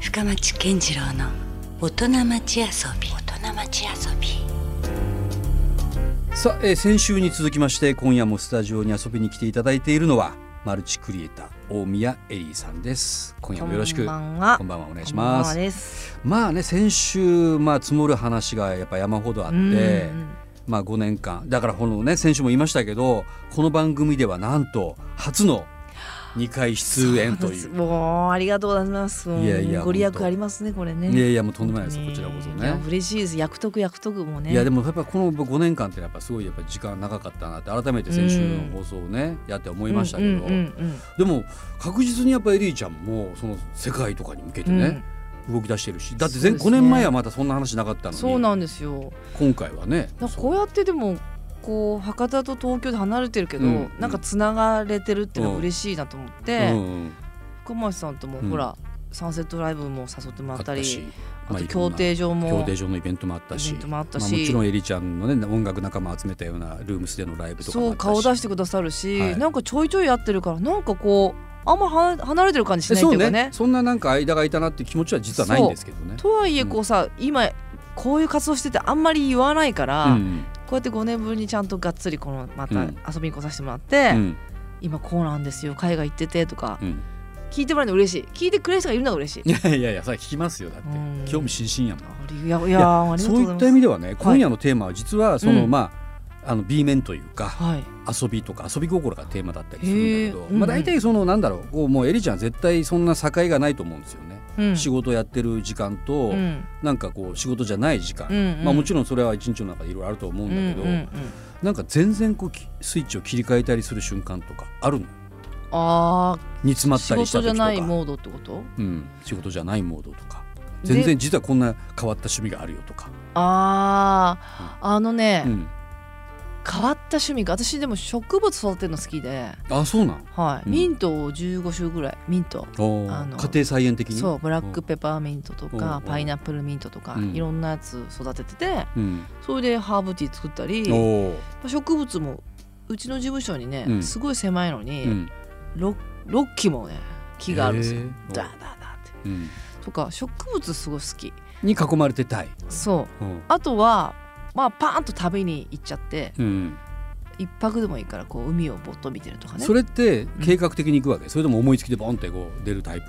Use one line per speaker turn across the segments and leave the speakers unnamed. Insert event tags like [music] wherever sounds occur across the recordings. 深町健次郎の大人町遊び大人町遊び
さあ、えー先週に続きまして今夜もスタジオに遊びに来ていただいているのはマルチクリエイター大宮エリーさんです今夜もよろしく
こんばんは。
こんばんはお
お
願いします
です。
まあね先週まあ積もる話がやっぱ山ほどあっ
う
て、
ん
まあ5年間だからこのね先週も言いましたけどこの番組ではなんと初の2回出演という
もうありがとうございます。もう
いやいや
ご利
本
益
当
ありますねこれね。
いやいやもうとんでもないですこちらこそ
いや
ね。
嬉しいです。役得役得もね。
いやでもやっぱこの5年間ってやっぱすごいやっぱ時間長かったなって改めて先週の放送をねやって思いましたけど
うんうんうん
でも確実にやっぱエリーちゃんもその世界とかに向けて
うん
ね、動き出してるしだって
そう
前、
です
5
ね
年前はまだそんな話なかった
うん
の
そう
に
なんですよ。
今回はね
なんかこうやってでもこう博多と東京で離れてるけど、
うん
なんかつながれてるっていうのは嬉しいなと思って、
うんうん
深町さんとも
うん
ほら、サンセットライブも誘ってもら
あっ
った
た
り
し、
あ
まあい
と
ろんな
協定上も
協定上のイベントもあったし
イベントもあった
まあ、
し
もちろんエリーちゃんのね音楽仲間集めたようなルームスでのライブとかも
そ
あ
う
ったし
顔出してくださるし、
はい
なんかちょいちょいやってるからなんかこうあんまは離れてる感じしないっていうかね
そんななんか間が空いたなって気持ちは実はないんですけどね。
とはいえ
うん
こうさ、今こういう活動しててあんまり言わないから、
うん
こうやって5年ぶりにちゃんとがっつりこのま
う
た
ん
遊びに来させてもらって、
うん
今こうなんですよ海外行っててとか
うん
聞いてもらうの嬉しい聞いてくれる人がいるのが嬉しい
い。やいやいやそれ聞きますよだって
うん
興味津々やもん。
ありいやいや
い
ありが
そうう
とござ
い
い
っ
ま
た
す
意味ではね
はい
今夜のテーマは実はその、
うん
まああの B 面というか
はい、
遊びとか遊び心がテーマだったりするんだけど、
へーうんうん
まあ、大体そのなんだろうこうもうエリちゃん絶対そんな境がないと思うんですよね。
うん、
仕事やってる時間と、
うん
なんかこう仕事じゃない時間、
うんうん
まあ、もちろんそれは一日の中でいろいろあると思うんだけど、
うんうんうん
なんか全然こうきスイッチを切り替えたりする瞬間とかあるの
あ
煮詰ま
あ
った
仕
りした
事
時
じ
と
ゃ
か
ないモードってこと
うん、仕事じゃないモードとか
で
全然実はこんな変わった趣味があるよとか、
あああのね、
うん、
変わった趣味が私でも植物育てるの好きで、
あそうなん
はい
うん
ミントを15種ぐらいミント
おー
あの
家庭菜園的に
そうブラックペパーミントと
うん
かパイナップルミントとか
うん
いろんなやつ育ててて
うん、
それでハーブティー作ったり
おー
植物もうちの事務所に
う
ね
ん
すごい狭いのに
うん、
6, 6基もね木があるんですよ
へー
ダーダーダーっ
う
て
ん
とか植物すごい好き
に囲まれてたい、
そう
うん
あとはまあパーンと旅に行っちゃって
うん
一泊でもいいからこう海をぼっと見てるとかね
それって計画的に行くわけ、それとも思いつきでボンってこう出るタイプ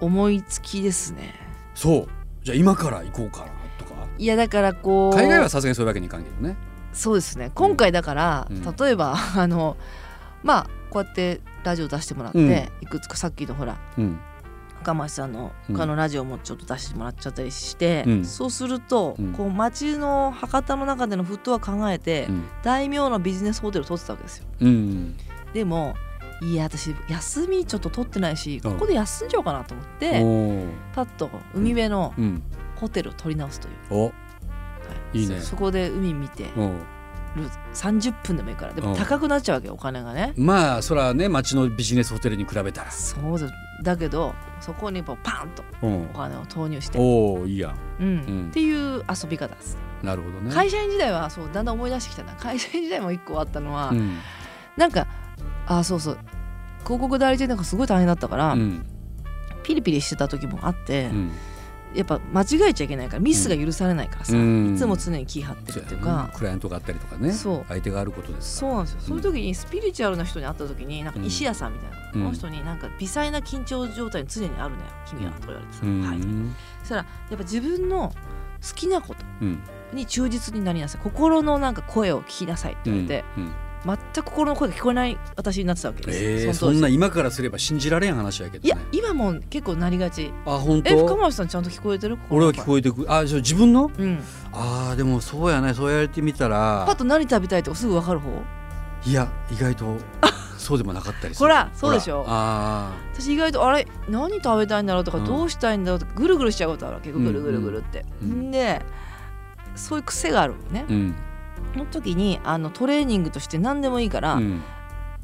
思いつきですね
そうじゃあ今から行こうかなとか
いやだからこう
海外はさすがにそういうわけにいかんけどね
そうですね今回だから、
うん
例えば [laughs] あのまあこうやってラジオ出してもらって、
う
いくつかさっきのほら
うん
深町さんの
うん
他のラジオもちょっと出してもらっちゃったりして、
うん
そうすると、
うん
こう街の博多の中でのフットワーク考えて、
うん
大名のビジネスホテル取ってたわけですよ
うん
でもいや私休みちょっと取ってないし
う
こ
ん
こで休んじゃおうかなと思っ
お
て、
ー
パッと海辺の
うん
ホテルを取り直すという、
お
はい
いいね
そそこで海見て
うん
る30分でもいいからで
う
も
ん
高くなっちゃうわけよお金がね、
まあそらね町のビジネスホテルに比べたら、
そうだだけどそこにもうパンと
うん
お、金を投入して、
おおいいやん
うん
うん
っていう遊び方ですね、
なるほどね
会社員時代はそうだんだん思い出してきたな会社員時代も一個あったのは、
うん
なんかあそうそう広告代理店なんかすごい大変だったから、
うん
ピリピリしてた時もあって、
うん
やっぱ間違えちゃいけないからミスが許されないからさ、
うん
いつも常に気張ってるっていうか、
クライアントがあったりとかね
そう
相手があることですか
そうなんですよそういう時にスピリチュアルな人に会った時になんか石屋さんみたいな、
うん
この人になんか微細な緊張状態に常にあるね君はと言われてさ、
らうん
はい、そしたらやっぱ自分の好きなこと
うん
に忠実になりなさい心のなんか声を聞きなさいって言われて、
うんうん
全く心の声が聞こえない私になってたわけです、
えー
そ
そ
の当時
んな今からすれば信じられん話やけ
い
ど
や
ね
今も結構なりがち
あ本
え深
当
町さんちゃんと聞こえてる
俺は聞
え
こえてくあじゃあ自分の
うん、
あーでもそうやねそうやってみた
パッ
ら
と何食べたいとかすぐ分かる方
いや意外とそうでもなかったりする
ほらそうでしょ
ほらあ
私意外とあれ何食べたいんだろうとか、
うん
どうしたいんだろうとかぐるぐるしちゃうことあるわけぐるぐるぐるって、
うんうん
でそういう癖があるのね
ー、うん
その時にあのトレーニングとして何でもいいから、
うん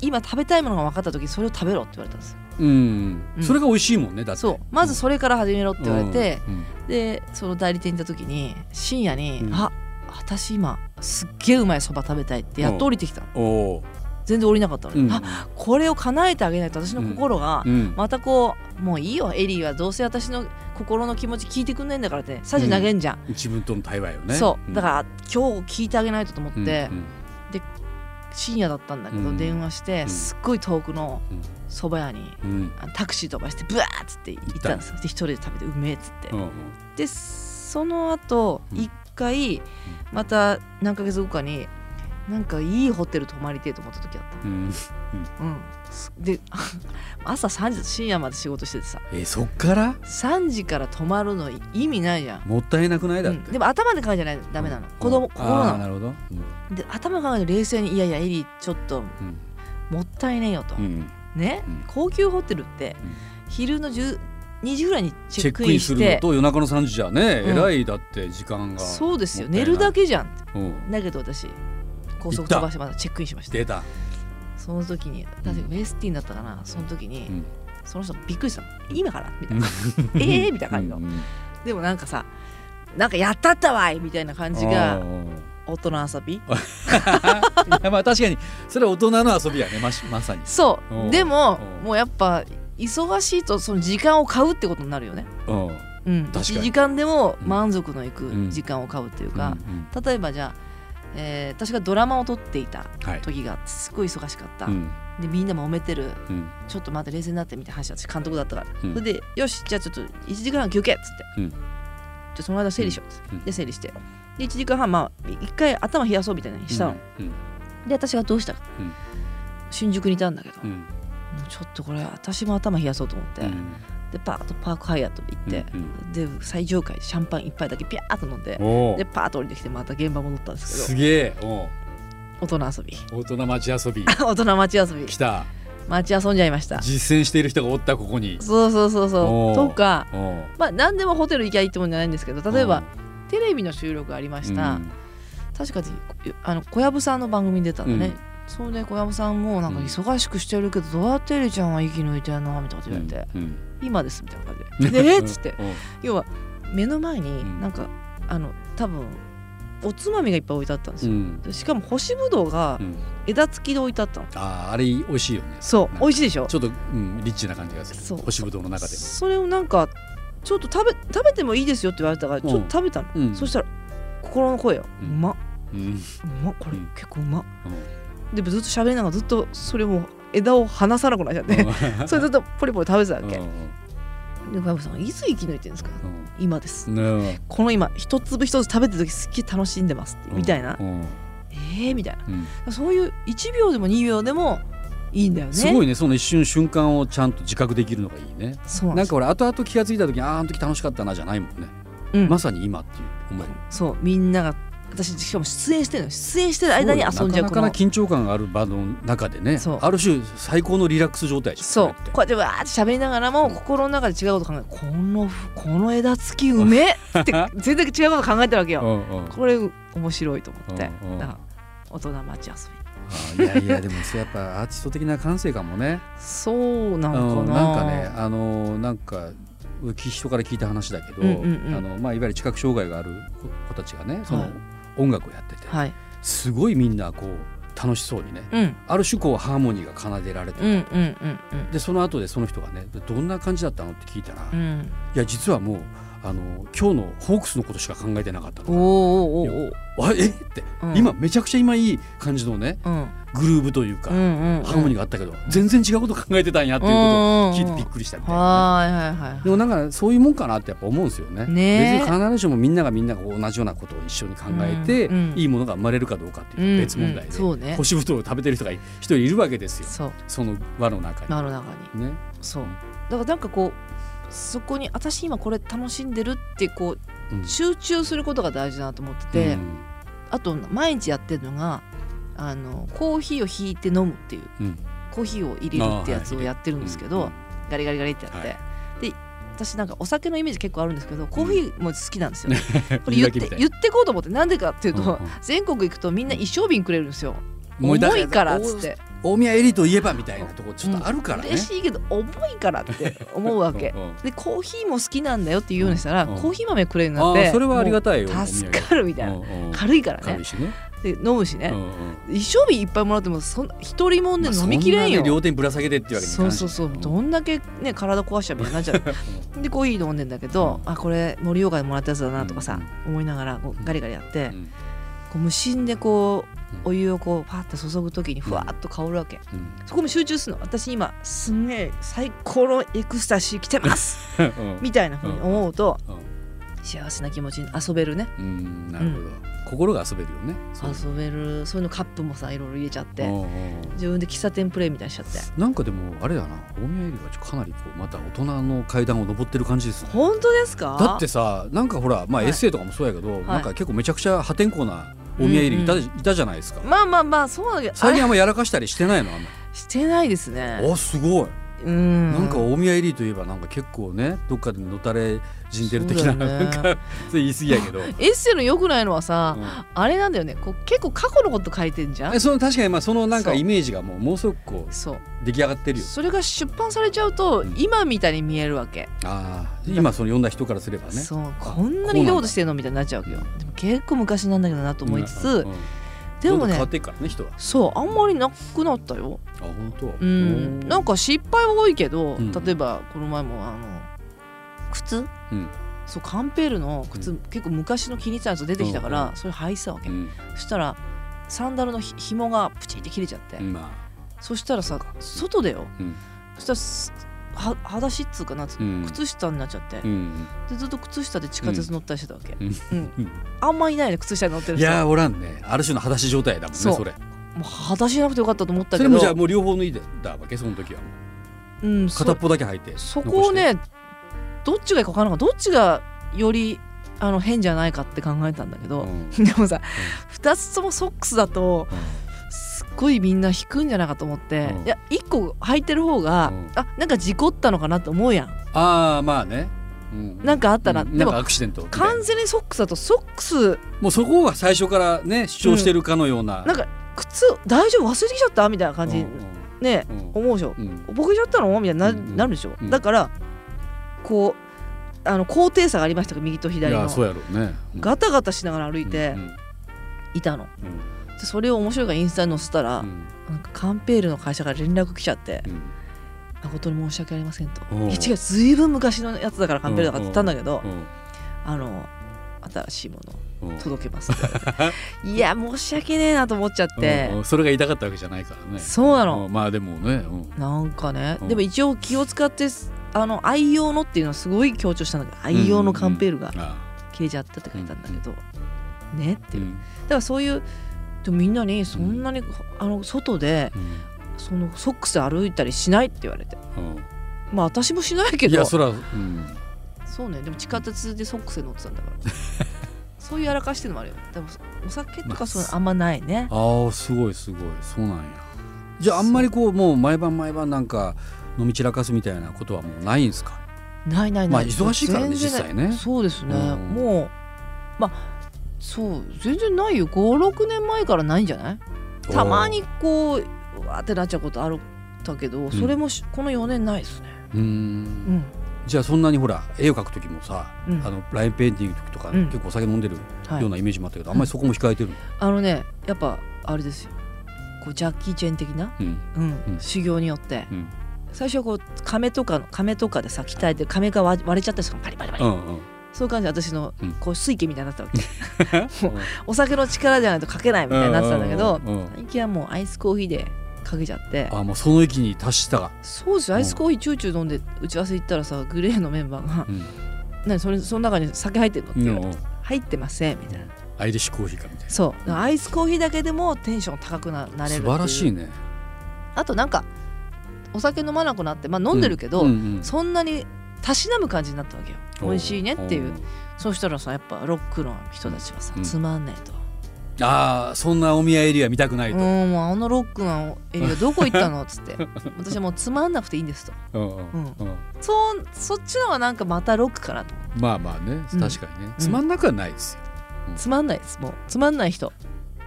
今食べたいものが分かった時それを食べろって言われたんですよ
うん
うん
それが美味しいもんねだって
そうまずそれから始めろって言われて、
うん
でその代理店に行った時に深夜に「
うん
あ私今すっげえうまいそば食べたい」ってやっと降りてきたの、
おお
全然降りなかったの、
うん
あこれを叶えてあげないと私の心が
うん
またこうもういいよエリーはどうせ私の心の気持ち聞いてくんないんだからってサジ投げんじゃん、
自分との対話よね
そうだ
ら
から、今日聞いてあげないとと思って、深夜だったんだけど、
うん
電話して、
うん
すっごい遠くの
うん
そば屋に
うん
あのタクシー飛ばしてブワーっつって行ったんですよで一人で食べてうめえっつって、
うん
でその後
うん
一回また何ヶ月後かになんかいいホテル泊まりてえと思った時だっ
うん、
た、うん、で [laughs] 朝3時深夜まで仕事しててさ
えそっから
3時から泊まるの意味ないじゃん、
もったいなくないだ
う
って、
んでも頭で考えじゃないダメなの子供心
あー
な
なるほど
ので頭で考えて冷静にいやいやエリーちょっと
うん
もったいねえよと、
うんうん
ね、
うん
高級ホテルって
うん
昼の10 2時ぐらいにチ
チ
ェ
ェッ
ッ
ク
ク
イ
イン
ンす
し
るの
て
と夜中の3時じゃね、
うん
えらいだって時間が
そうですよ
もった
寝
いない
るだけじゃん
うん
だけど私高速飛ばしてまだチェックインしました
出た
その時に確かウェスティンだったかなその時に、
うん
その人びっくりしたの今からみ
[laughs]
たいな [laughs] ええみたいな感じの、
うん
でもなんかさなんかやったったわいみたいな感じ
あ [laughs]
が
ー
大人遊び
いやまあ確かにそれは大人の遊びやねましまさに
そ
お
う
う
でも
おう
もうやっぱ忙しいとその時間を買うってことになるよね、
うん
うん、
確かに
1時間でも満足のいく
ん
時間を買うっていう
うん
か、例えばじゃあ、えー私がドラマを撮っていた
はい
時がすごい忙しかった、
うん
でみんなも揉めてる
うん
ちょっと待って冷静になってみたいな話だ私監督だったから、
うん
それでよしじゃあちょっと1時間半休憩っつって、
うん
じゃあその間整理しようっつって、
うん
で整理してで1時間半まあ1回頭冷やそうみたいなのしたの、
うん
で私がどうしたか、
うん
新宿にいたんだけど、
う
も
ん
うちょっとこれ私も頭冷やそうと思って、
うん
でパーッとパークハイアットで行って、
うん
で最上階でシャンパン一杯だけピャーッと飲んで
おお
でパーッと降りてきてまた現場戻ったんですけ
す
ど
げえおう
大人遊び [laughs]
大人町遊び
大人町遊び
来た
町遊んじゃいました
実践している人がおったここに
そうそうそうそ
お
う
ー
とか
おう
まあ何でもホテル行きゃいいってもんじゃないんですけど例えばテレビの収録ありました、
うん
確かにあの小籔さんの番組に出たんだね、
うん
そうで小籔さんもなんか
うん
忙しくしてるけどどうやってエリちゃんは息抜いてんのみたいなこと言われて、
うんうん
今ですみたいな感
[laughs]
じででえっつって
おう
要は目の前
ん
になんかあの多分おつまみがいっぱい置いてあったんです
う
よ、
ん
しかも干しぶどうが
うん
枝付きで置いてあったの、
あーあれ美味しいよね
そう美味しいでしょ
ちょっと、うん、リッチな感じがす
そう
る干しぶどうの中でも
それをなんかちょっと食べ食べてもいいですよって言われたからちょっと食べたの、
うん
そしたら心の声よ、う
うん
まっ
うん
うまっこれ
うん
結構うまっでずっと喋りながらずっとそれも枝を離さなくなっちゃって、 [laughs] それずっとポリポリ食べてたわけ、
うん
で小籔さんいつ生き抜いてるんですか
うん
今です
うんね
この今一粒一粒食べてる時すっげえ楽しんでますって
え
みたいな、
うん
えー、みたいな
うん
そういう1秒でも2秒でもいいんだよね
すごいねその一瞬瞬間をちゃんと自覚できるのがいいね
そうなん
な
で
ん
す
か俺後々気が付いた時にあーあの時楽しかったなじゃないもんね、
うん
まさに今っていう思い
そうみんなが私しかも出演してるの出演してる間に遊んじゃう
な
こ
かな
の
か緊張感がある場の中でね
そう
ある種最高のリラックス状態じゃん
そう
れって
こうやってわーって喋りながらも心の中で違うこと考えこのこの枝付きうめえって
[laughs]
全然違うこと考えてるわ
う
けよ
んうん
これ面白いと思って
うんうん
だから大人町遊び
あーいやいやでもそれやっぱアーティスト的な感性かもね
そうな
あ
の
の
かな
なんかねあのなんかき人から聞いた話だけど、
うんうんうん
あのまあ、いわゆる知覚障害がある子たちがねそ
は
の
い
音楽をやってて、
はい
すごいみんなこう楽しそうにね
うん
ある種こうハーモニーが奏でられて、
うんうんうん
でその後でその人がねどんな感じだったのって聞いたら、
う
い
ん
や実はもうあの今日のホークスのことしか考えてなかった
うん
とか
おーおーおー
あえって、
うん
今めちゃくちゃ今いい感じのね
うん
グルーブというか、
うんうんうん
ハーモニーがあったけど全然違うこと考えてたんやっていうことを聞いてびっくりしたみたいなね、
はいはいはい
でもなんかそういうもんかなってやっぱ思うんですよね。
ねえ
別に必ずしもみんながみんながこう同じようなことを一緒に考えて、
うんうん
いいものが生まれるかどうかっていう
うん
の
うん
は別問題で、
そうね
干し太を食べてる人が一人いるわけですよ
そう
その輪の中に。
輪の中に
ね、
そうだからなんかこうそこに私今これ楽しんでるってこう
うん
集中することが大事だなと思ってて、
うん
あと毎日やってるのがあのコーヒーをひいて飲むっていう
うん
コーヒーを入れるってやつをやってるんですけど、ガリガリガリってやって、
はい
で私なんかお酒のイメージ結構あるんですけどコーヒーも好きなんで
[laughs]
すよ、こ
こ
れ言って言ってこうと思ってなんでかっていうと、
うんうん
全国行くとみんな一升瓶くれるんですよ、
思い出
重
せ
いからっつって
大宮エリといえばみたいなとこちょっとあるからね、
嬉しいけど重いからって思うわ
[laughs]
け
うんうん
でコーヒーも好きなんだよって言うようにしたら、
うんうん
コーヒー豆くれるようになって
あーそれはありがたいよ
もう助かるみたいな、
うんうん
軽いから
軽
ね
いしね、
で飲むし
う
ね、
んうん
一生日いっぱいもらってもそん一人もんで
まあ
飲みきれんよ、
そなね両手にぶら下げてっていうわけにいか
そ
ないうし
そうそう、
ん
どんだけね体壊しちゃうみたいになっちゃうでコーヒー飲んでんだけど、あこれ盛岡でもらったやつだなとかさ、思いながらこうガリガリやって、
うん
こう無心でこ
うん
うお湯をこうパッて注ぐ時にふわっと香るわけ、
うん
そこも集中するの私今すんげえ最高のエクスタシー来てます
うん
みたいなふうに思うと、
うん
幸せな気持ちに遊べるね
うんなるほど、心が遊べるよねそう
遊べるそういうのカップもさいろいろ入れちゃって、
うんうんうん
自分で喫茶店プレイみたいにしちゃって
なんかでもあれだな大宮エリはかなりこうまた大人の階段を登ってる感じですね
本当ですか
だってさなんかほら、まあ、
は
エ
い
ッセイとかもそうやけど、なんか結構めちゃくちゃ破天荒な大宮エリいた,、
うんう
いたじゃないですか、
まあまあまあそうだけどあ
最
れ
近あんまやらかしたりしてないのあんま
してないですね
あすごい、
うん
なんか大宮エリといえばなんか結構ねどっかでのたれ死んでる的な,、
そうだよね
なんかそれ言い過ぎやけ
[laughs]
ど、
エッセイの良くないのはさ、
うん
あれなんだよねこう結構過去のこと書いてんじゃん
えその確かにまあそのなんか
そう
イメージがもうものすごくこ
そう
う出来上がってるよ
それが出版されちゃうと、
うん
今みたいに見えるわけ、
あー今その読んだ人からすればね
そうこんなにひどいことしてんのみたいになっちゃうわけよでも結構昔なんだけどなと思いつつ、
うんうん
でも
どんどん変わ
ね
っていくからね人はあ
そうあんまりなくなったよ、
本当
うん、なんか失敗は多いけど、
うん
例えばこの前もあの靴、
うん
そうカンペールの靴、
うん
結構昔の気に入ってたやつ出てきたから、
うん
それ履いてたわけ、
うん
そしたらサンダルのひ紐がプチンって切れちゃって、
ま
そしたらさ外だよ、
うん
そしたらすは裸足っつうかなつ
あうん
靴下になっちゃって、
うん
でずっと靴下で地下鉄乗ったりしてたわけ、
うん
うんあんまいないね靴下に乗ってる
い
人
やーおらんねある種の裸足状態だもんね
そう
それ
もう裸足じゃなくてよかったと思った
そ
け
れ
ど
もじゃあもう両方脱いでたわけその時は
うん、
片
そ
っぽだけ履いて
そこをねどっちがいいか分からなかったどっちがよりあの変じゃないかって考えたんだけど、
残して
[laughs] でもさ、二2つともソックスだとすっごいみんな引くんじゃないかと思って、
うん
いや1個履いてる方が、
うん
あなんか事故ったのかなって思うやん
うんああまあねうん
なんかあったら
うん
で
なん
も
かアクシデントみたいな
完全にソックスだとソックス
もうそこは最初からね主張してるかのような
なんか靴大丈夫忘れてきちゃったみたいな感じ、
うん
ね
うん
思うでしょ
うんうん
僕ちゃったのみたいにな
うんうん
なるでしょ、
うん
だからこうあの高低差がありましたから右と
い
左
や
の
そうやろうねうん
ガタガタしながら歩いて
うん
いたの、
うん
でそれを面白いからインスタに載せたら、
うん
なんかカンペールの会社から連絡来ちゃって
うん
「誠に申し訳ありません」と
おう
「いや違うずいぶん昔のやつだからカンペールだから」って言ったんだけど
うん
「あの新しいもの
うん
届けます」って言われていや申し訳ねえなと思っちゃって
うんうんそれが痛かったわけじゃないからね
そうなの
うんまあでもね、うん
なんかね
うん
でも一応気を使ってあの愛用のっていうのはすごい強調したんだけど愛用のカンペールが
あ
消えちゃったって書いてあるんだけどねって
う
いうんだからそういうでもみんなにそんなにあの外で
う
そのソックスで歩いたりしないって言われて
んうん
まあ私もしないけ
いや
ど
そら、うん、
そうねでも地下鉄でソックスで乗ってたん
[laughs]
だからそういうやらかしてるのもあるよでもお酒と
まあ
かそういうのあんまないね
ああすごいすごいそうなんやじゃああんまりこうもう毎晩毎晩なんか飲み散らかすみたいなことはもうないんすか
ないないない
まあ忙しいからね
全然ない
実際ね
そうですね
うん
もうまあそう全然ないよ56年前からないんじゃないたまにこううわーってなっちゃうことあるだけどそれもし、この4年ないですね
うーん
うん
じゃあそんなにほら絵を描く時もさ、
うん
あのラインペインティングの時とか、
うん
結構お酒飲んでるよ
は
う
い
なイメージもあったけど、あんまりそこも控えてるの、
あのねやっぱあれですよこうジャッキー・チェン的な、
うん
うん
うん
修行によって
うん
最初はこう亀とかの亀とかでさ鍛えて亀が割割れちゃったりするのパリパリパリ、
うんうん
そういう感じで私の
うん
こう水拳みたいになってたわけ、
[laughs]
お酒の力じゃないとかけないみたいになってたんだけど
う、うんうん
最近はもうアイスコーヒーでかけちゃって
あもうその域に達したが、
そうですよアイスコーヒーチューチュー飲んで打ち合わせ行ったらさグレーのメンバーが
うん
「何それその中に酒入ってんの?」って
う
言われ
ん
て
うん
「入ってません」みたいな
アイリッシュコーヒーかみたい
そうだからアイスコーヒーだけでもテンション高くな
な
な
素
れるって
晴らし
い
いうね
あとなんかお酒飲まなくなってまあ飲んでるけど、
うんうん
そんなにたしなむ感じになったわけよ美味しいねっていうそうしたらさやっぱロックの人たちはさ、
うん
つまんないと。
ああそんなお宮エリア見たくないと、
うんもうあのロックのエリアどこ行ったのっつって
[laughs]
私はもうつまんなくていいんですと
うんうん
うん
うん
そうそっちのがなんかまたロックかなと
まあまあね
うん
確かにね、つまんなくはないですよ
つまんないですもうつまんない人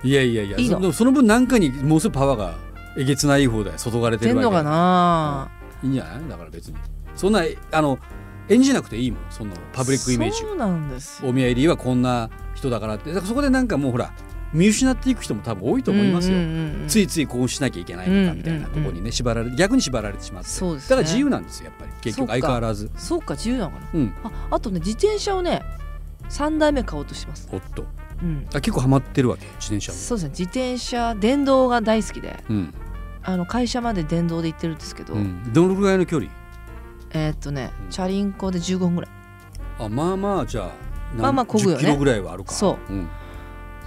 いやいやいや
いいの
そでもその分なんかにもうすぐパワーがえげつない方で注がれて
出
る
ん
わけ
のかない
いんじゃないだから別にそんなあの演じなくていいもんそんなのパブリックイメージ
そうなんですよ
お宮入りはこんな人だからってだからそこでなんかもうほら見失っていく人も多分多いと思いますよ、
うんうんうん
ついついこうしなきゃいけないのかみたいな
うん
と
うんう
こ
ん
ろにね縛られ逆に縛られてしまって
そうですね
だから自由なんですよやっぱり結
そ
局
うか
相変わらず
そうか自由なのかな
うん
ああとね自転車をね3台目買おうとしてます、
おっと
うん、
あ結構ハマってるわけ自転車も
そうですね自転車電動が大好きで
うん、
あの会社まで電動で行ってるんですけど、
うん、どのぐらいの距離
えーっとね
うん
チャリンコで15分ぐらい
あまあまあじゃあ何
まあまあ漕ぐよね
10キロぐらいはあるか、
そう
うん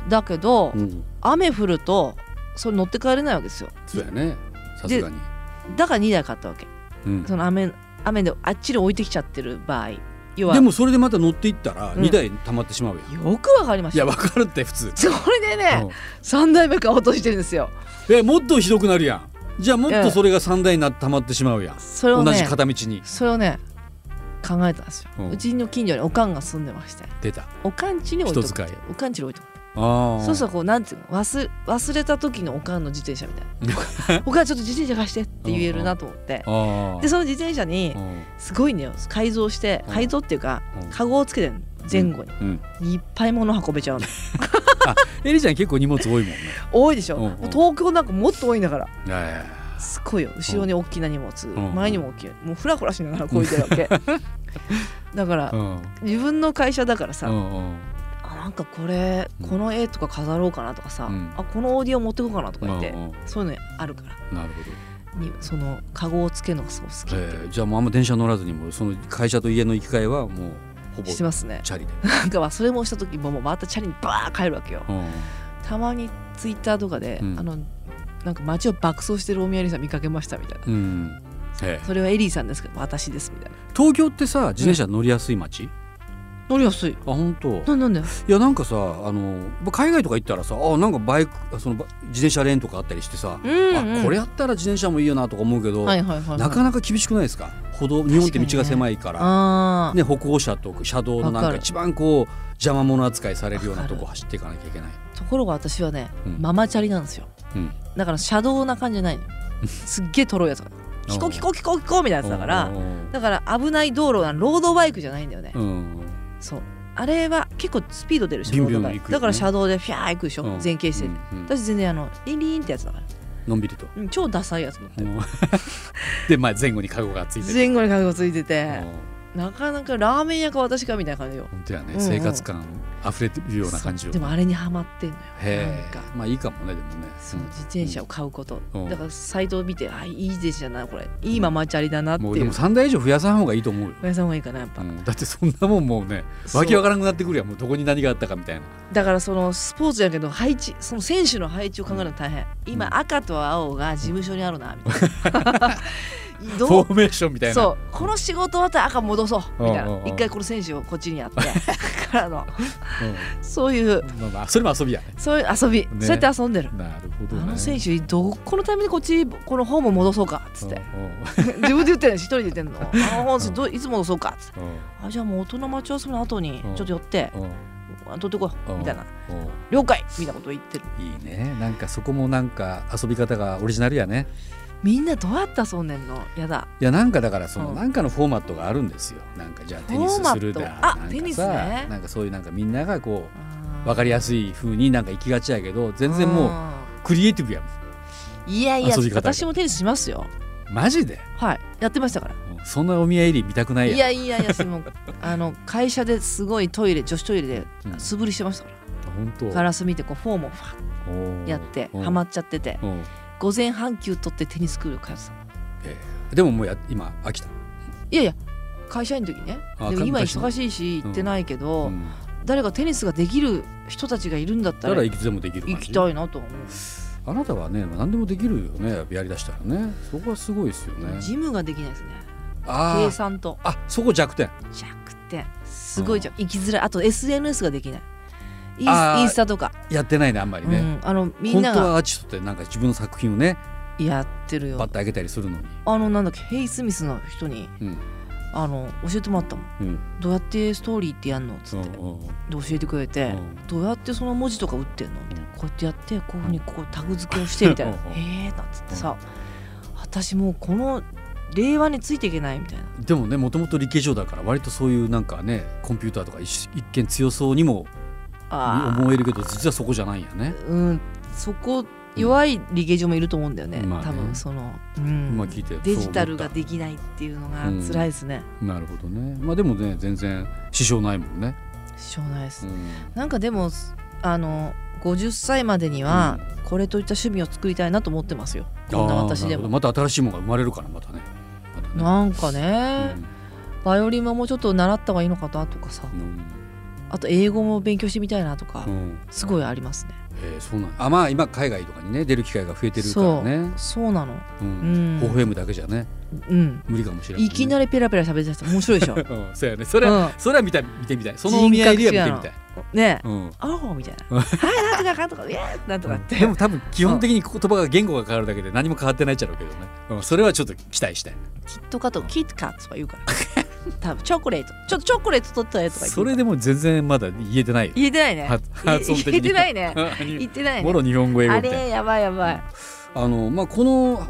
だけど、
うん、
雨降るとそれ乗って帰れないわけですよ
そうやねさすがに、
だから2台買ったわけ
うん、
その雨雨であっちに置いてきちゃってる場合要は
で
よ
もそれでまた乗っていったら
うん
2台溜まってしまうやん、
くわかりま
い
し
や
た
わかるって普通、
それでね、三3台目買おうとしてるんですよ
うんえもっとひどくなるやんじゃあもっとそれが3台にな溜まってしまうやん、
それを
同じ
ね
片道に
それをね考えたんですよ、
う
うんちの近所におかんが住んでまして
出た
おかんちに置いとく
人使い
おかんちに置いとく
ああ
そうするとこうなんていうの忘忘れた時のおかんの自転車みたいなおかんちょっと自転車貸してって言えるなと思って
ああ
でその自転車に
うん
すごいね改造して
うん
改造っていうか
うん
カゴをつけてんの前後
うん、
にいっぱい物運べちゃ
[laughs]
うの
エリちゃん結構荷物多いもんね
多いでしょ
うんうん
もう東京なんかもっと多いんだから
え
すごいよ後ろに大きな荷物
ん
前にも大きいもうフラフラしながらこいてるわけだか
え
ら
うん
自分の会社だから
う
さ
んうん
あなんかこれ
うん
この絵とか飾ろうかなとかさ
うん
あこのオーディオ持ってこうかなとか言って
うんうん
そういうのあるから
なるほど
にそのカゴをつけるのがすごく好き
えー、じゃあもうあんま電車乗らずにもうその会社と家の行き換えはもうほぼ
して
チ
ますね [laughs]
ャリで、
なんか忘れ物した時ももうまたチャリにバーッ帰るわけよ [laughs]
うん、
たまにツイッターとかで、
うん
あのなんか街を爆走してるおみやりさん見かけましたみたいな
うんええ
それはエリーさんですけど私ですみたいな
東京ってさ自転車乗りやすい街、
乗りやすい
あ本当
なんなんだよ
いやなんかさあの海外とか行ったらさあなんかバイクそのば自転車レーンとかあったりしてさ、
うん、うん、
あこれやったら自転車もいいよなとか思うけど、
はいはいはい、はい、
なかなか厳しくないですか歩道日本って道が狭いから
あー
ね、歩行者と車道のなん
わか
か
る
一番こう邪魔者扱いされるようなとこ走っていかなきゃいけない。
ところが私はね、
うん
ママチャリなんですよ
うん
だから車道な感じじゃないのすっげえとろいや
[laughs]
つだキコキコキコキコみたいなやつだから
うんうん
だから危ない道路はロードバイクじゃないんだよね、
うん
そうあれは結構スピード出るでしょ
ビュンビュン
ロードバイク
行くよね
だから車道でフィャー行くでしょ、
うん
前傾してる、
うんうん
私全然あのリンリンってやつだから
のんびりと。
うん超ダサいやつ乗って
う
る
ん [laughs] で、まあ、前後にカゴがついてる。
前後に影がついてて
うん
なかなかラーメン屋か私かみたいな感じよ
本当やね、
うんうん
生活感溢れてるような感じ
そ
を。
うでもあれにはまってんのよ
へ
なん
え
か。
まあ、いいかもね、でもね。
そう自転車を買うこと、
うん
だからサイトを見てあいい自転車だなこれいいママチャリだな
うん
って
もう、
い
で
う
も、三台以上増やさん方がいいと思うよ。
おやさんがいいかなやっぱ、
うんだって、そんなもん、もうね、
そう
わけわからなくなってくるやん、もう、どこに何があったかみたいな。
だからそのスポーツやけど配置その選手の配置を考えるの大変、今赤と青が事務所にあるなみたい
[laughs]
な
フ
ど
ォーメーションみたい
な
な。
そうこの仕事終わったら赤戻そうみたい
うんうんう
な
ん
一回この選手をこっちにやって
[laughs]
からの
うん
そういう
まあまあ、それも遊びやね。
そういう遊び、
ね
そうやって遊んでる
なるほ
あ
どね。
の選手どこのタイミングでこっちこのホーム戻そうかっつって自分で言ってるの一人で言ってんのあのホームどういつ戻そうかっつって
うん。うんうん
あじゃあもう大人待ち合わせの後に
うん
ちょっと寄って
うん
あ取ってこい
うん
みたいな
うん
了解みたいなこと言ってる
いいねなんかそこもなんか遊び方がオリジナルやね
みんなどうやって遊んでんのやだ
いやなんかだからその、
うん
なんかのフォーマットがあるんですよなんかじゃあテニスする
フォー
だ
マットあ
なんかさ
テニスね
なんかそういうなんかみんながこう分
わ
かりや
い
すい風になんか行きがちやけど全然もうクリエイティブやもん
いやいや
遊び方が
私もテニスしますよ
マジで、
はいやってましたから
うんそんなお見合い入り見たくないやん
いやいやい [laughs] やそのあの会社ですごいトイレ女子トイレで
うん
素振りしてましたから
本当
ガラス見てこうフォームをファッ
おー
やって
うん
ハマっちゃってて
うん
午前半休取ってテニススクール通ってた
ええでももうや今飽きた、
いやいや会社員の時ね
あ
でも
会
今
会社員
忙しいし行ってないけど、
うん
誰かテニスができる人たちがいるんだった
だからら
行
いくつでもできる感じ
きたいなとは思
あ
う、
なたはねまあ何でもできるよねやりだしたらねそこはすごいですよね
ジムができないですね
あ
計
ー
算と
あそこ弱点
弱点すごいじゃん行きづらいあと SNS ができないイン
あー
スインスタとか、
やってないねあんまり
う
ね、
ん、あのみん
本
な
当
が
はアーティストってなんか自分の作品をね
やってるよ
バッてあげたりするのに、
あのなんだっけヘイ・スミスの人に
うん、
あの教えてもらったもん
うん
どうやってストーリーってやんのっつ
うん
って、で
うん
教えてくれて、
うん
どうやってその文字とか打ってんのみたいなこうやってやってこういうふうにこうタグ付けをしてみたいな
うん
へえなんつってさ私もうこの令和についていけないみたいな
でもねもともと理系上だから割とそういうなんかねコンピューターとか一一見強そうにも
あー
思えるけど実はそこじゃないんやね、
うんそこ弱いリゲージョンもいると思うんだよね、
まあね
多分その、うん
まあ聞いてそう思った
デジタルができないっていうのが辛いですね、
なるほどねまあでもね全然支障ないもんね、
しょうがないです、
うん
なんかでもあの50歳までにはこれといった趣味を作りたいなと思ってますよ、こんな私で
あーなるほど
も
また新しいものが生まれるからまたねまたね
なんかね、バイオリンももうちょっと習った方がいいのかなとかさ、
うん
あと英語も勉強してみたいなとか、
うんうん
すごいありますね。
えーそうなんあまあ今海外とかにね出る機会が増えてるからね
そうなの。
う
うんん。
微笑むだけじゃね
うん。
無理かもしれない、
いきな
り、
りペラペラ喋りだしたら面白
[laughs]
いでしょ。
うん、そうやねそれは、
うん
それは見た見てみたいそのお見合いでは見てみたい、
ねえ。
うん、
アホみたいな。はい、なんとかかんとか、イエーイなんとかって。
でも多分基本的に言葉が言語が変わるだけで何も変わってないっちゃうけどね、うん、それはちょっと期待したい
キットカとキットカとか言うから。多分チョコレート。ちょっとチョコレート取ったやとか言って。
それでも全然まだ言えてないよ
言えてないね。
発発音的に
言えてないね言ってない
も
ね。
ろ日本語英語
あ
みたいな
れやばいやばい。
あのまあこの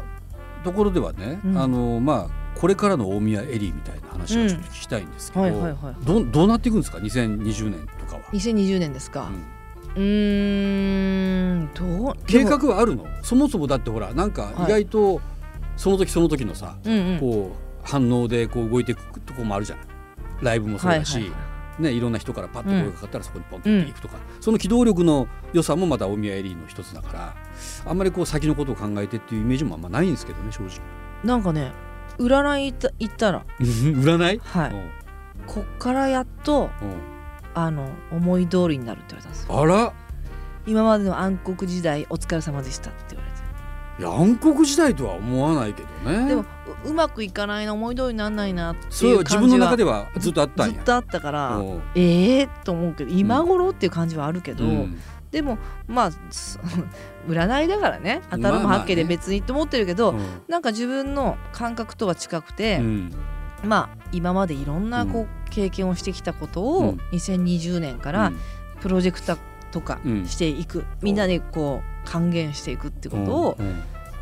ところではね、
うん
あのまあこれからの大宮エリーみたいな話をちょっと聞きたいんですけど、
うんはいはいはい
どうどうなっていくんですか2020年とかは、
2020年ですか
う。ん
うーん。どう
計。
でも
画はあるのそもそもだってほらなんか意外とその時その時のさ、
うんうん。
こう反応でこう動いていくとこもあるじゃないライブもそうだし、
はいいはい
ね、いろんな人からパッと声がかかったらそこにポンと行っていくとか、その機動力の良さもまた大宮エリーの一つだからあんまりこう先のことを考えてっていうイメージもあんまないんですけどね正直。 [laughs]
なんかね占い行った行ったら、
占い、
は
う
い、
ん
こっからやっと
うん
あの思い通りになるって言われたんですよ
あら
今までの暗黒時代お疲れ様でしたって言われて
いや暗黒時代とは思わないけどね
でもううまくいかないな思い通りにならないなって
そ
い
れ
う
は自
感
分の
じは
中ではずっとあった
ず
ん
っ
や
とあったから
おう
ええー、と思うけど今頃っていう感じはあるけど、
うん
でもまあそ [laughs] 占いだからね当たる
ま
も
あまあね
八卦で別にって思ってるけど、なんか自分の感覚とは近くて
う、ん
まあ今までいろんなこう、
う
経験をしてきたこと
う
を
ん
2020年からプロジェクターとか
うん
していく、みんなでこう還元していくってことを
うん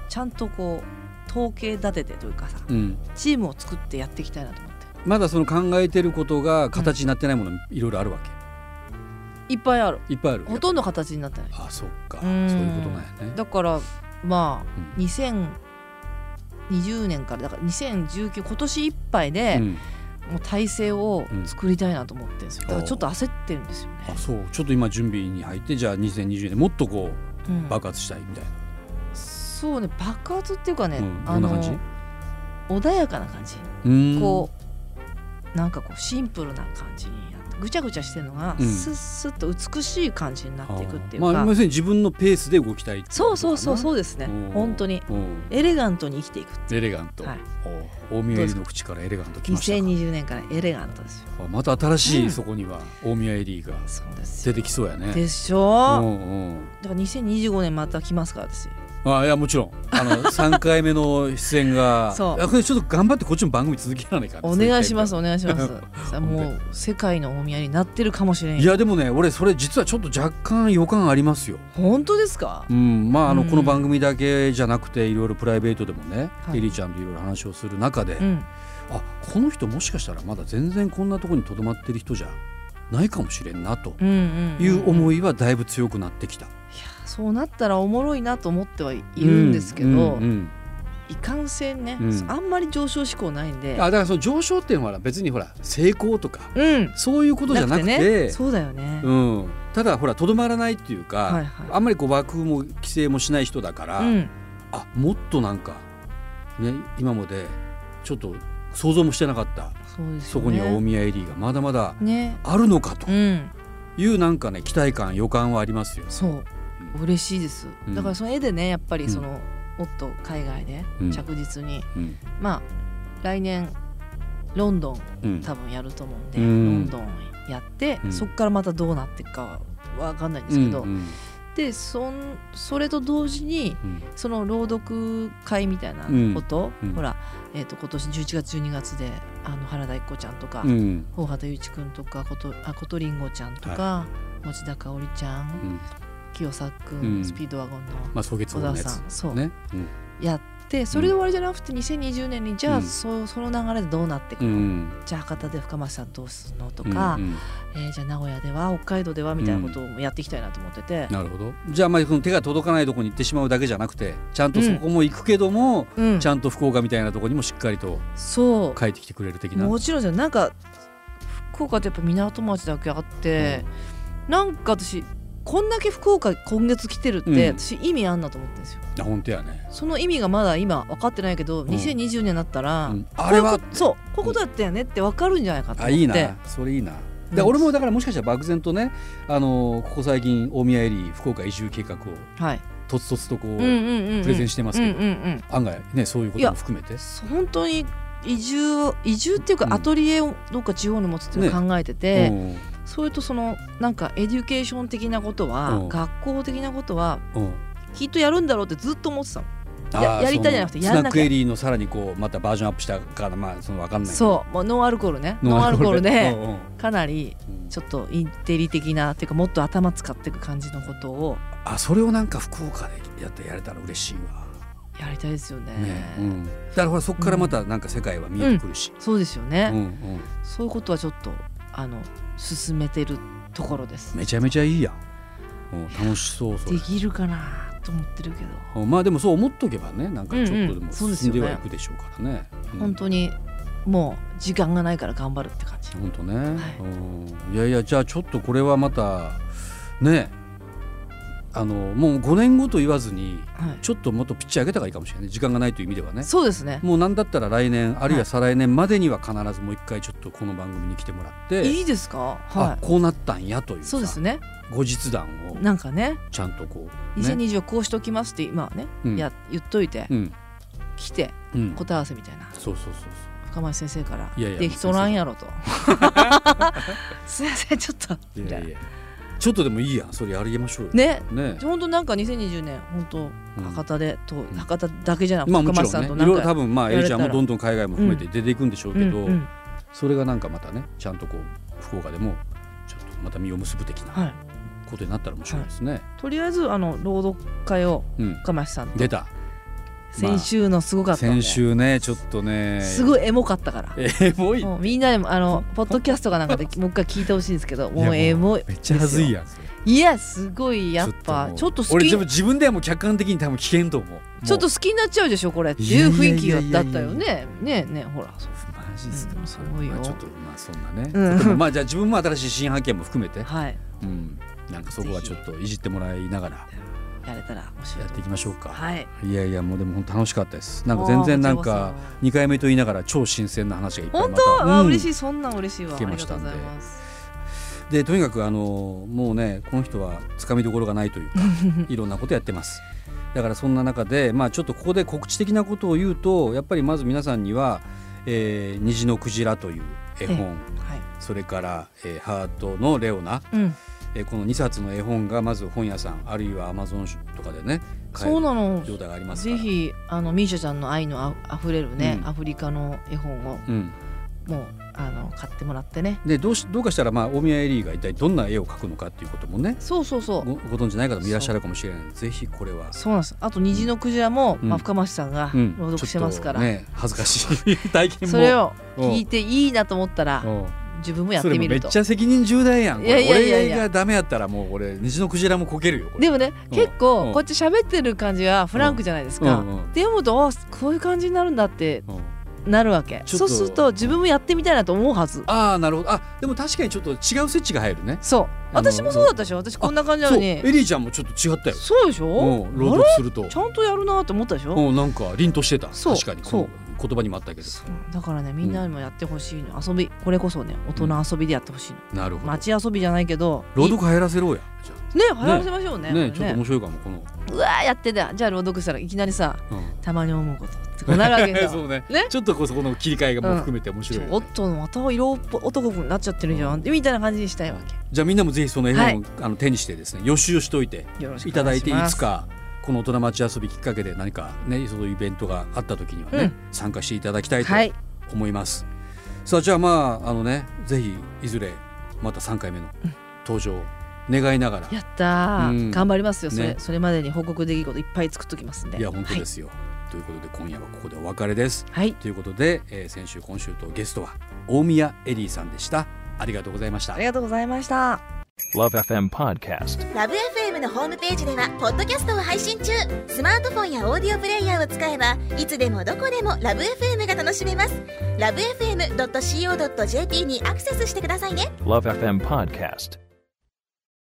ちゃんとこう統計立ててというかさ
うん
チームを作ってやっていきたいなと思って
まだその考えてることが形になってないものいろいろあるわ
いっぱいある
けいっぱいある
ほとんど形になってない
あそっかそううい
ん
うことなんやね
だからまあ
う
2020年からだから2019今年いっぱいで、
うん
もう体制を作りたいなと思ってるんですよだからちょっと焦ってるんですよね
あそうちょっと今準備に入ってじゃあ2020年もっとこ
う
うん爆発したいみたいな
そうね爆発っていうかね、
うんど
あ
んな
の
感じ
穏やかな感じ、
うん
こうなんかこうシンプルな感じにやってぐちゃぐちゃしてるのが、
うん
スッスッと美しい感じになっていくっていう
あ
か、
まあ要するに自分のペースで動きたいってい
そうそうそう
うこ
そうですね
とかなおう
本当に
うん
エレガントに生きていくって
エレガント、
はい
お大宮エリーの口からエレガント来ましたか
2020年からエレガントですよ
あまた新し
う
い
ん
そこには大宮エリーが
そうです
出
よ
てきそうやね。
でし
う
ょ
んうん、
だから2025年また来ますから私
あいやもちろんあ
[laughs]
の3回目の出演が
そう
あこれちょっと頑張ってこっちも番組続けられないから
お願いします
続
お願いします
[laughs]
さあもう世界のお宮になってるかもしれ
け
ん
てい
よ
やでもね俺それ実はちょっと若干予感ありますよ。
本当ですか
うんまああの
うん
この番組だけじゃなくていろいろプライベートでもね、
はい
エリーちゃんといろいろ話をする中で、
うん
あこの人もしかしたらまだ全然こんなとこにとどまってる人じゃないかもしれんなと
うんうんん
いう思
い
いはだいぶ強くなってきた。
やそうなったらおもろいなと思ってはいるんですけど、
うんうん
いかんせんね、
うん
あんまり上昇志向ないん
う
で
んあだからその上昇点は別にほら成功とか
うん
そういうことじゃなくて
ね、そうだよね、
うん、ただほらとどまらないっていうか、
はいはい
あんまりこう枠も規制もしない人だから、
うん
あもっとなんか、ね、今までちょっと想像もしてなかった
そうですよね
そこには大宮エリーがまだまだ
ね
あるのかと
うん
いうなんかね期待感予感はありますよ。
そう
う
嬉しいです、
うん
だからその絵でねやっぱ
うん
りその、もっと海外で
うん
着実に、
うん
まあ来年ロンドン
うん
多分やると思うんで、
うん
ロンドンやって、
うん
そっからまたどうなっていくかは分かんないんですけど、
うんうん
でそんそれと同時に
うん
その朗読会みたいなこと、
うんうん
ほら、えー、と今年11月12月であの原田一子ちゃんとか、
うん
大畑祐一君とかことあことりんごちゃんとか、持田香織ちゃん
うん
清作君、
うん
スピードワゴンの
まあ、草月
小
王のや
田
つ
さん、そう、
ね、うん
やってそれで終わりじゃなくて2020年にじゃあ、
うん
そうその流れでどうなっていく
う
の、
ん、
じゃあ博多で深町さんどうするのとか、
うんうん
えーじゃあ名古屋では北海道ではみたいなことをやっていきたいなと思ってて、
なるほどじゃああまりこの手が届かないところに行ってしまうだけじゃなくてちゃんとそこも行くけども、
うん
ちゃんと福岡みたいなところにもしっかりと
そ
帰ってきてくれる的
う
な
もちろんじゃなんか福岡ってやっぱ港町だけあって、なんか私こんだけ福岡今月来てるって、
うん
私意味あんなと思ってるんですよ
あ本当やね、
その意味がまだ今分かってないけど、
ん
2020年になったら、
うんあれは
こういうことそうこういうことだったよねって分かるんじゃないかと思
あ
って
いいなそれいいなで
うん
俺もだからもしかしたら漠然とね、あのーここ最近大宮エリー福岡移住計画を
はい
とつとつとこう、プ
プ
レゼンしてますけど、
うんうんうん、
案外ねそういうことも含めて
そう本当に移住移住っていう
う
か
ん
アトリエをどっか地方に持つっていうのを考えてて、
うん
それとそのなんかエデュケーション的なことは、
うん
学校的なことは
うん
きっとやるんだろうってずっと思ってたの、や
あー
やりたいじゃなくて
その
やん
スナ
な
ッ
き
ク
ゃ
エリーのさらにこうまたバージョンアップしたからまあそのわかんないけど
そうもうノンアルコールねノンアルコールで、
うんうん
かなりちょっとインテリ的なっていうかもっと頭使っていく感じのことを
あそれをなんか福岡でやってやれたら嬉しいわ、
やりたいですよね
ねうん、だからほらそこからまたなんか世界は見えてくるし、
そうですよ
う
ね
ん、うん
そういうことはちょっとあの進めてるところです
めちゃめちゃいいやん、うん、楽しそうそれ
できるかなと思ってるけど
うんまあでもそう思っとけばねなんかちょっとで
うんう
も
んそうです
進ん
よね
ではいくでしょうからね,うん、
本当にもう時間がないから頑張るって感じ
本当ね、
い
うんいやいやじゃあちょっとこれはまたねあのもう5年後と言わずに
は
ちょっともっとピッチ上げた方がいいかもしれない時間がないという意味ではね
い、そうですね
もう何だったら来年あるいは再来年までには必ずもう一回ちょっとこの番組に来てもらって、
いいですか
あ
は
こうなったんやという
い
さ
そうですね
後日談を
なんかね
ちゃんとこう、ね
2020をこうしときますって今はね、
うん
や言っといて、
うん
来て
うん、
答え合わせみたいな
そうそうそうそう
深町先生から
いやいや
できとらんや
[laughs]
ろとすいませんちょっとみ
い
た
や
い
い
な
やちょっとでもいいやんそれやりましょうよ
ね
ね
本当なんか2020年本当
うん
博多でと、博多だけじゃなくて
まあ
深
もち
町
ろ
さん
ん
と
ねい
な
ろい
ん
ろ
か
多分まあエリちゃんも
やれたら
どんどん海外も含めて出ていくんでしょうけど、
うんうん
それがなんかまたねちゃんとこう福岡でもちょっとまた実を結ぶ的な
はい、
ことになったら面白いですね、
とりあえずあの朗読会を
うん
深町さんと
出た
先週のすごかったん
先
で、
週ねちょっとね
すごいエモかったから。
エモい
もうみんなでもあのポッドキャストかなんかで
[laughs]
もう一回聞いてほしいんですけどもうエモい
めっちゃはずいやんそれ
いやすごいやっぱち
も
ょ
う
っと好
俺
き
でも
ち
自分ではもう客観的に多分危険と思うもう
ょっと好きになっちゃうでしょこれって
い
い
や
う
いやい
雰
や
囲
い
気
や
だ
いや
ったよねねえねえほらそう
マジっすか、
うんそうよ
まあちょっとまあそんなね、
うん
でもまあじゃあ自分も新しい新発見も含めて、
はい
うん、なんかそこはちょっといじってもらいながら
やれたら面白い
やって
と思
いきましょうか、
うはい
い、やいやもうでも本当楽しかったですなんか全然なんか2回目と言いながら超新鮮な話がいっぱい
本
ま
当
た
は
うん
嬉しいそんなん嬉しいわ
聞
あ
け
り
ま
が
し
と
た
うんご
で
ざいます
でとにかくあのもうねこの人はつかみどころがないという
[laughs]
かいろんなことやってますだからそんな中でまあちょっとここで告知的なことを言うとやっぱりまず皆さんには「えー虹のクジラ」という絵本
はい
それから、えーハートのレオナ」
うん
えーこの2冊の絵本がまず本屋さんあるいはアマゾンとかでね買え
そう
る
なの
状態がありますから
ぜひあのミーシャちゃんの愛のああふれるね
うん
アフリカの絵本を
うん、
もうあの買ってもらってね
でどうしどうかしたら、まあ、大宮エリーが一体どんな絵を描くのかっていうこともね
そうそうそう
ごご存知ない方もいらっしゃるかもしれないのでぜひこれは、
そうなんです。あと虹のクジラも、
うん
まあ深町さんが
うん
朗読してますから、
ちょっとね、恥ずかしい体験も
それを
うん
聞いていいなと思った
う
ら
ん
自分もやっ
そ
て
れも
み
め
る
っ
と。
ちゃ責任重大やんこれ
いやいやいやいや
俺がダメやったらもう俺虹のクジラもこけるよこれ
でもね、
ん
結
う
構
ん
こっち喋ってる感じはフランクじゃないです
う
か
んうん。
で読むとあこういう感じになるんだって
うん
なるわけ。
ちょっ
そ
と
うすると自分もやってみたいなと思うはず。
ああなるほどあでも確かにちょっと違うスイッチが入るね
そう。
あの
私もそうだったでしょ。私こんな感じな
そ
の
うエ
に。
リーちゃんもちょっと違ったよ
そうでしょ。
うん朗
あ
読
れ
すると
ちゃんとやるなと思ったでしょ。
うんなんか凛としてた
そう
確かに
そ
こ
う
の言葉にもあったけど
そうだからねみんなにもやってほしいの、遊びこれこそね大人遊びでやってほしいの、
なるほど
街遊びじゃないけど
朗読入らせろうやじゃ
ね流行らせましょう
あ
ね
ねちょっと面白いかもこの、
うわーやってたじゃあ朗読したらいきな
[laughs]
りさ
うん
たまに思うことってこうなるわけです
そ
よ
うね
ね
ちょっとこうそこの切り替えがもう含めて面
ち
白いよね
ょっとまた色男になっちゃってるじゃん、みたいな感じにしたいわ
じゃあみんなもぜひその絵本を、
はい
あの手にしてですね予習をしておいて
けよろしく
い
お
ただ
願い
い
して
い
ます
つかこの大人町遊びきっかけで何かねそういうイベントがあった時にはね、
うん
参加していただきたいと
はい
思います、さあじゃあまああのねぜひいずれまた3回目の登場を願いながら
やったー、
うん
頑張りますよそれ、
ね
それまでに報告できることいっぱい作っときますんで
いや本当ですすよ、ということで今夜はここでお別れです
はい、はい
ということで、えー先週今週とゲストは大宮エリーさんでしたありがとうございました
ありがとうございました
Love FM Podcast.
ラブ f m のホームページではポッドキャストを配信中スマートフォンやオーディオプレイヤーを使えばいつでもどこでもラブ f m が楽しめますラブ FM.co.jp にアクセスしてくださいね
Love FM Podcast.